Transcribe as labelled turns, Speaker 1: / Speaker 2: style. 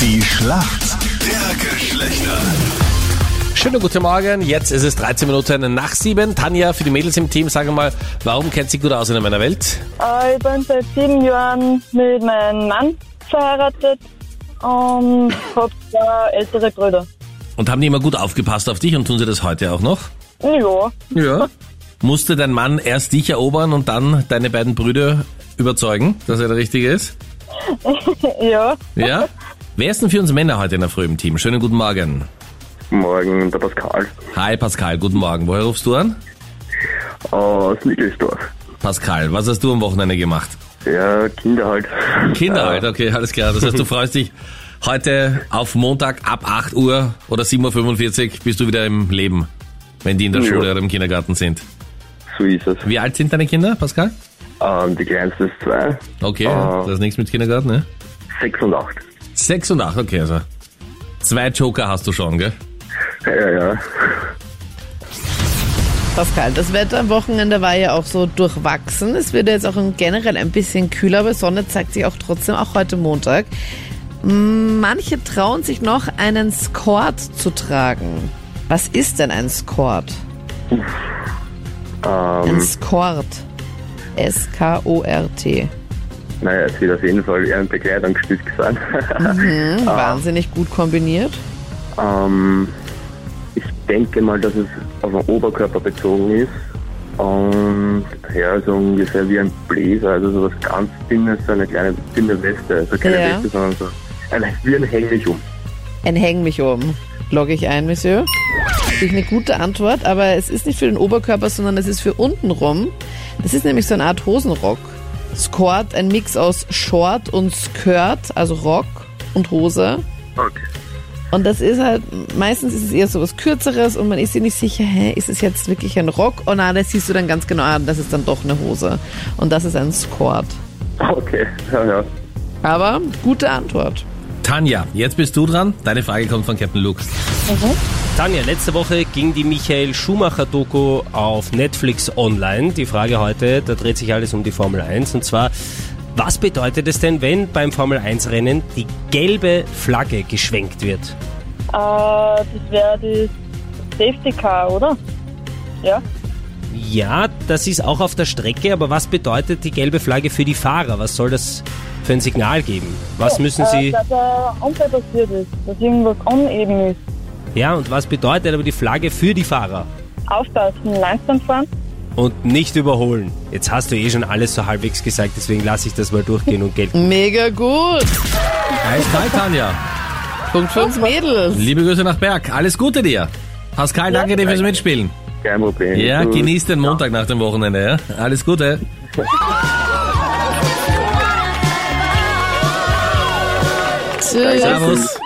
Speaker 1: Die Schlacht der Geschlechter.
Speaker 2: Schönen guten Morgen, jetzt ist es 13 Minuten nach 7. Tanja, für die Mädels im Team, sage mal, warum kennt sie gut aus in meiner Welt?
Speaker 3: Äh, Ich bin seit sieben Jahren mit meinem Mann verheiratet und habe zwei ältere Brüder.
Speaker 2: Und haben die immer gut aufgepasst auf dich und tun sie das heute auch noch?
Speaker 3: Ja,
Speaker 2: Ja. Musste dein Mann erst dich erobern und dann deine beiden Brüder überzeugen, dass er der Richtige ist?
Speaker 3: ja.
Speaker 2: Ja? Wer ist denn für uns Männer heute in der Früh im Team? Schönen guten Morgen.
Speaker 4: Morgen, der Pascal
Speaker 2: Hi Pascal, guten Morgen. Woher rufst du an?
Speaker 4: aus Nickelsdorf.
Speaker 2: Pascal, was hast du am Wochenende gemacht?
Speaker 4: Ja, Kinder halt.
Speaker 2: Kinder halt, okay, alles klar. Das heißt, du freust dich heute auf Montag ab 8 Uhr oder 7.45 Uhr bist du wieder im Leben, wenn die in der
Speaker 4: Ja.
Speaker 2: Schule oder im Kindergarten sind.
Speaker 4: So ist es.
Speaker 2: Wie alt sind deine Kinder, Pascal?
Speaker 4: Ähm, die kleinste ist zwei,
Speaker 2: Okay,
Speaker 4: Ah.
Speaker 2: das ist nichts mit Kindergarten, ne?
Speaker 4: sechs und acht.
Speaker 2: Sechs und acht, okay, also. Zwei Joker hast du schon, gell?
Speaker 4: Ja, ja.
Speaker 5: Pascal, das Wetter am Wochenende war ja auch so durchwachsen. Es wird ja jetzt auch generell ein bisschen kühler, aber Sonne zeigt sich auch trotzdem, auch heute Montag. Manche trauen sich noch, einen Skort zu tragen. Was ist denn ein Skort?
Speaker 4: Ähm, Mhm.
Speaker 5: Ein Skort. S-K-O-R-T.
Speaker 4: Naja, es wird auf jeden Fall eher ein Bekleidungsstück sein.
Speaker 5: Hm, Wahnsinnig gut kombiniert.
Speaker 4: ähm, ich denke mal, dass es auf den Oberkörper bezogen ist. Und ja, so ungefähr wie ein Bläser, also so was ganz Dünnes, so eine kleine dünne Weste. Also keine
Speaker 5: Ja.
Speaker 4: Weste, sondern so ein, wie ein Hänglich um.
Speaker 5: Ein Häng mich um. Logge ich ein, Monsieur. Finde ich eine gute Antwort, aber es ist nicht für den Oberkörper, sondern es ist für untenrum. Das ist nämlich so eine Art Hosenrock. Skort, ein Mix aus Short und Skirt, also Rock und Hose.
Speaker 4: Okay.
Speaker 5: Und das ist halt, meistens ist es eher so was Kürzeres und man ist sich nicht sicher, hä, ist es jetzt wirklich ein Rock? Oh nein, das siehst du dann ganz genau, ah, das ist dann doch eine Hose. Und das ist ein Skort.
Speaker 4: Okay, ja, ja.
Speaker 5: Aber gute Antwort.
Speaker 2: Tanja, jetzt bist du dran. Deine Frage kommt von Captain Luke.
Speaker 6: Tanja, letzte Woche ging die Michael Schumacher-Doku auf Netflix online. Die Frage heute, da dreht sich alles um die Formel 1. Und zwar, was bedeutet es denn, wenn beim Formel 1-Rennen die gelbe Flagge geschwenkt wird?
Speaker 3: Äh, das wäre das Safety Car, oder? Ja.
Speaker 6: Ja, das ist auch auf der Strecke, aber was bedeutet die gelbe Flagge für die Fahrer? Was soll das für ein Signal geben? Was müssen
Speaker 3: Äh,
Speaker 6: sie...
Speaker 3: dass ein Unfall passiert ist, dass irgendwas uneben ist.
Speaker 6: Ja, und was bedeutet aber die Flagge für die Fahrer?
Speaker 3: Aufpassen, langsam fahren.
Speaker 6: Und nicht überholen. Jetzt hast du eh schon alles so halbwegs gesagt, deswegen lasse ich das mal durchgehen und gelten.
Speaker 5: Mega gut.
Speaker 2: Eiskalt, Tanja.
Speaker 5: Punkt für uns Mädels.
Speaker 2: Liebe Grüße nach Berg. Alles Gute dir. Pascal, danke dir fürs Mitspielen.
Speaker 4: Kein Problem.
Speaker 2: Ja,
Speaker 4: Du-
Speaker 2: genieß den Montag nach dem Wochenende, ja? Alles Gute.
Speaker 5: Tschüss.
Speaker 2: Servus.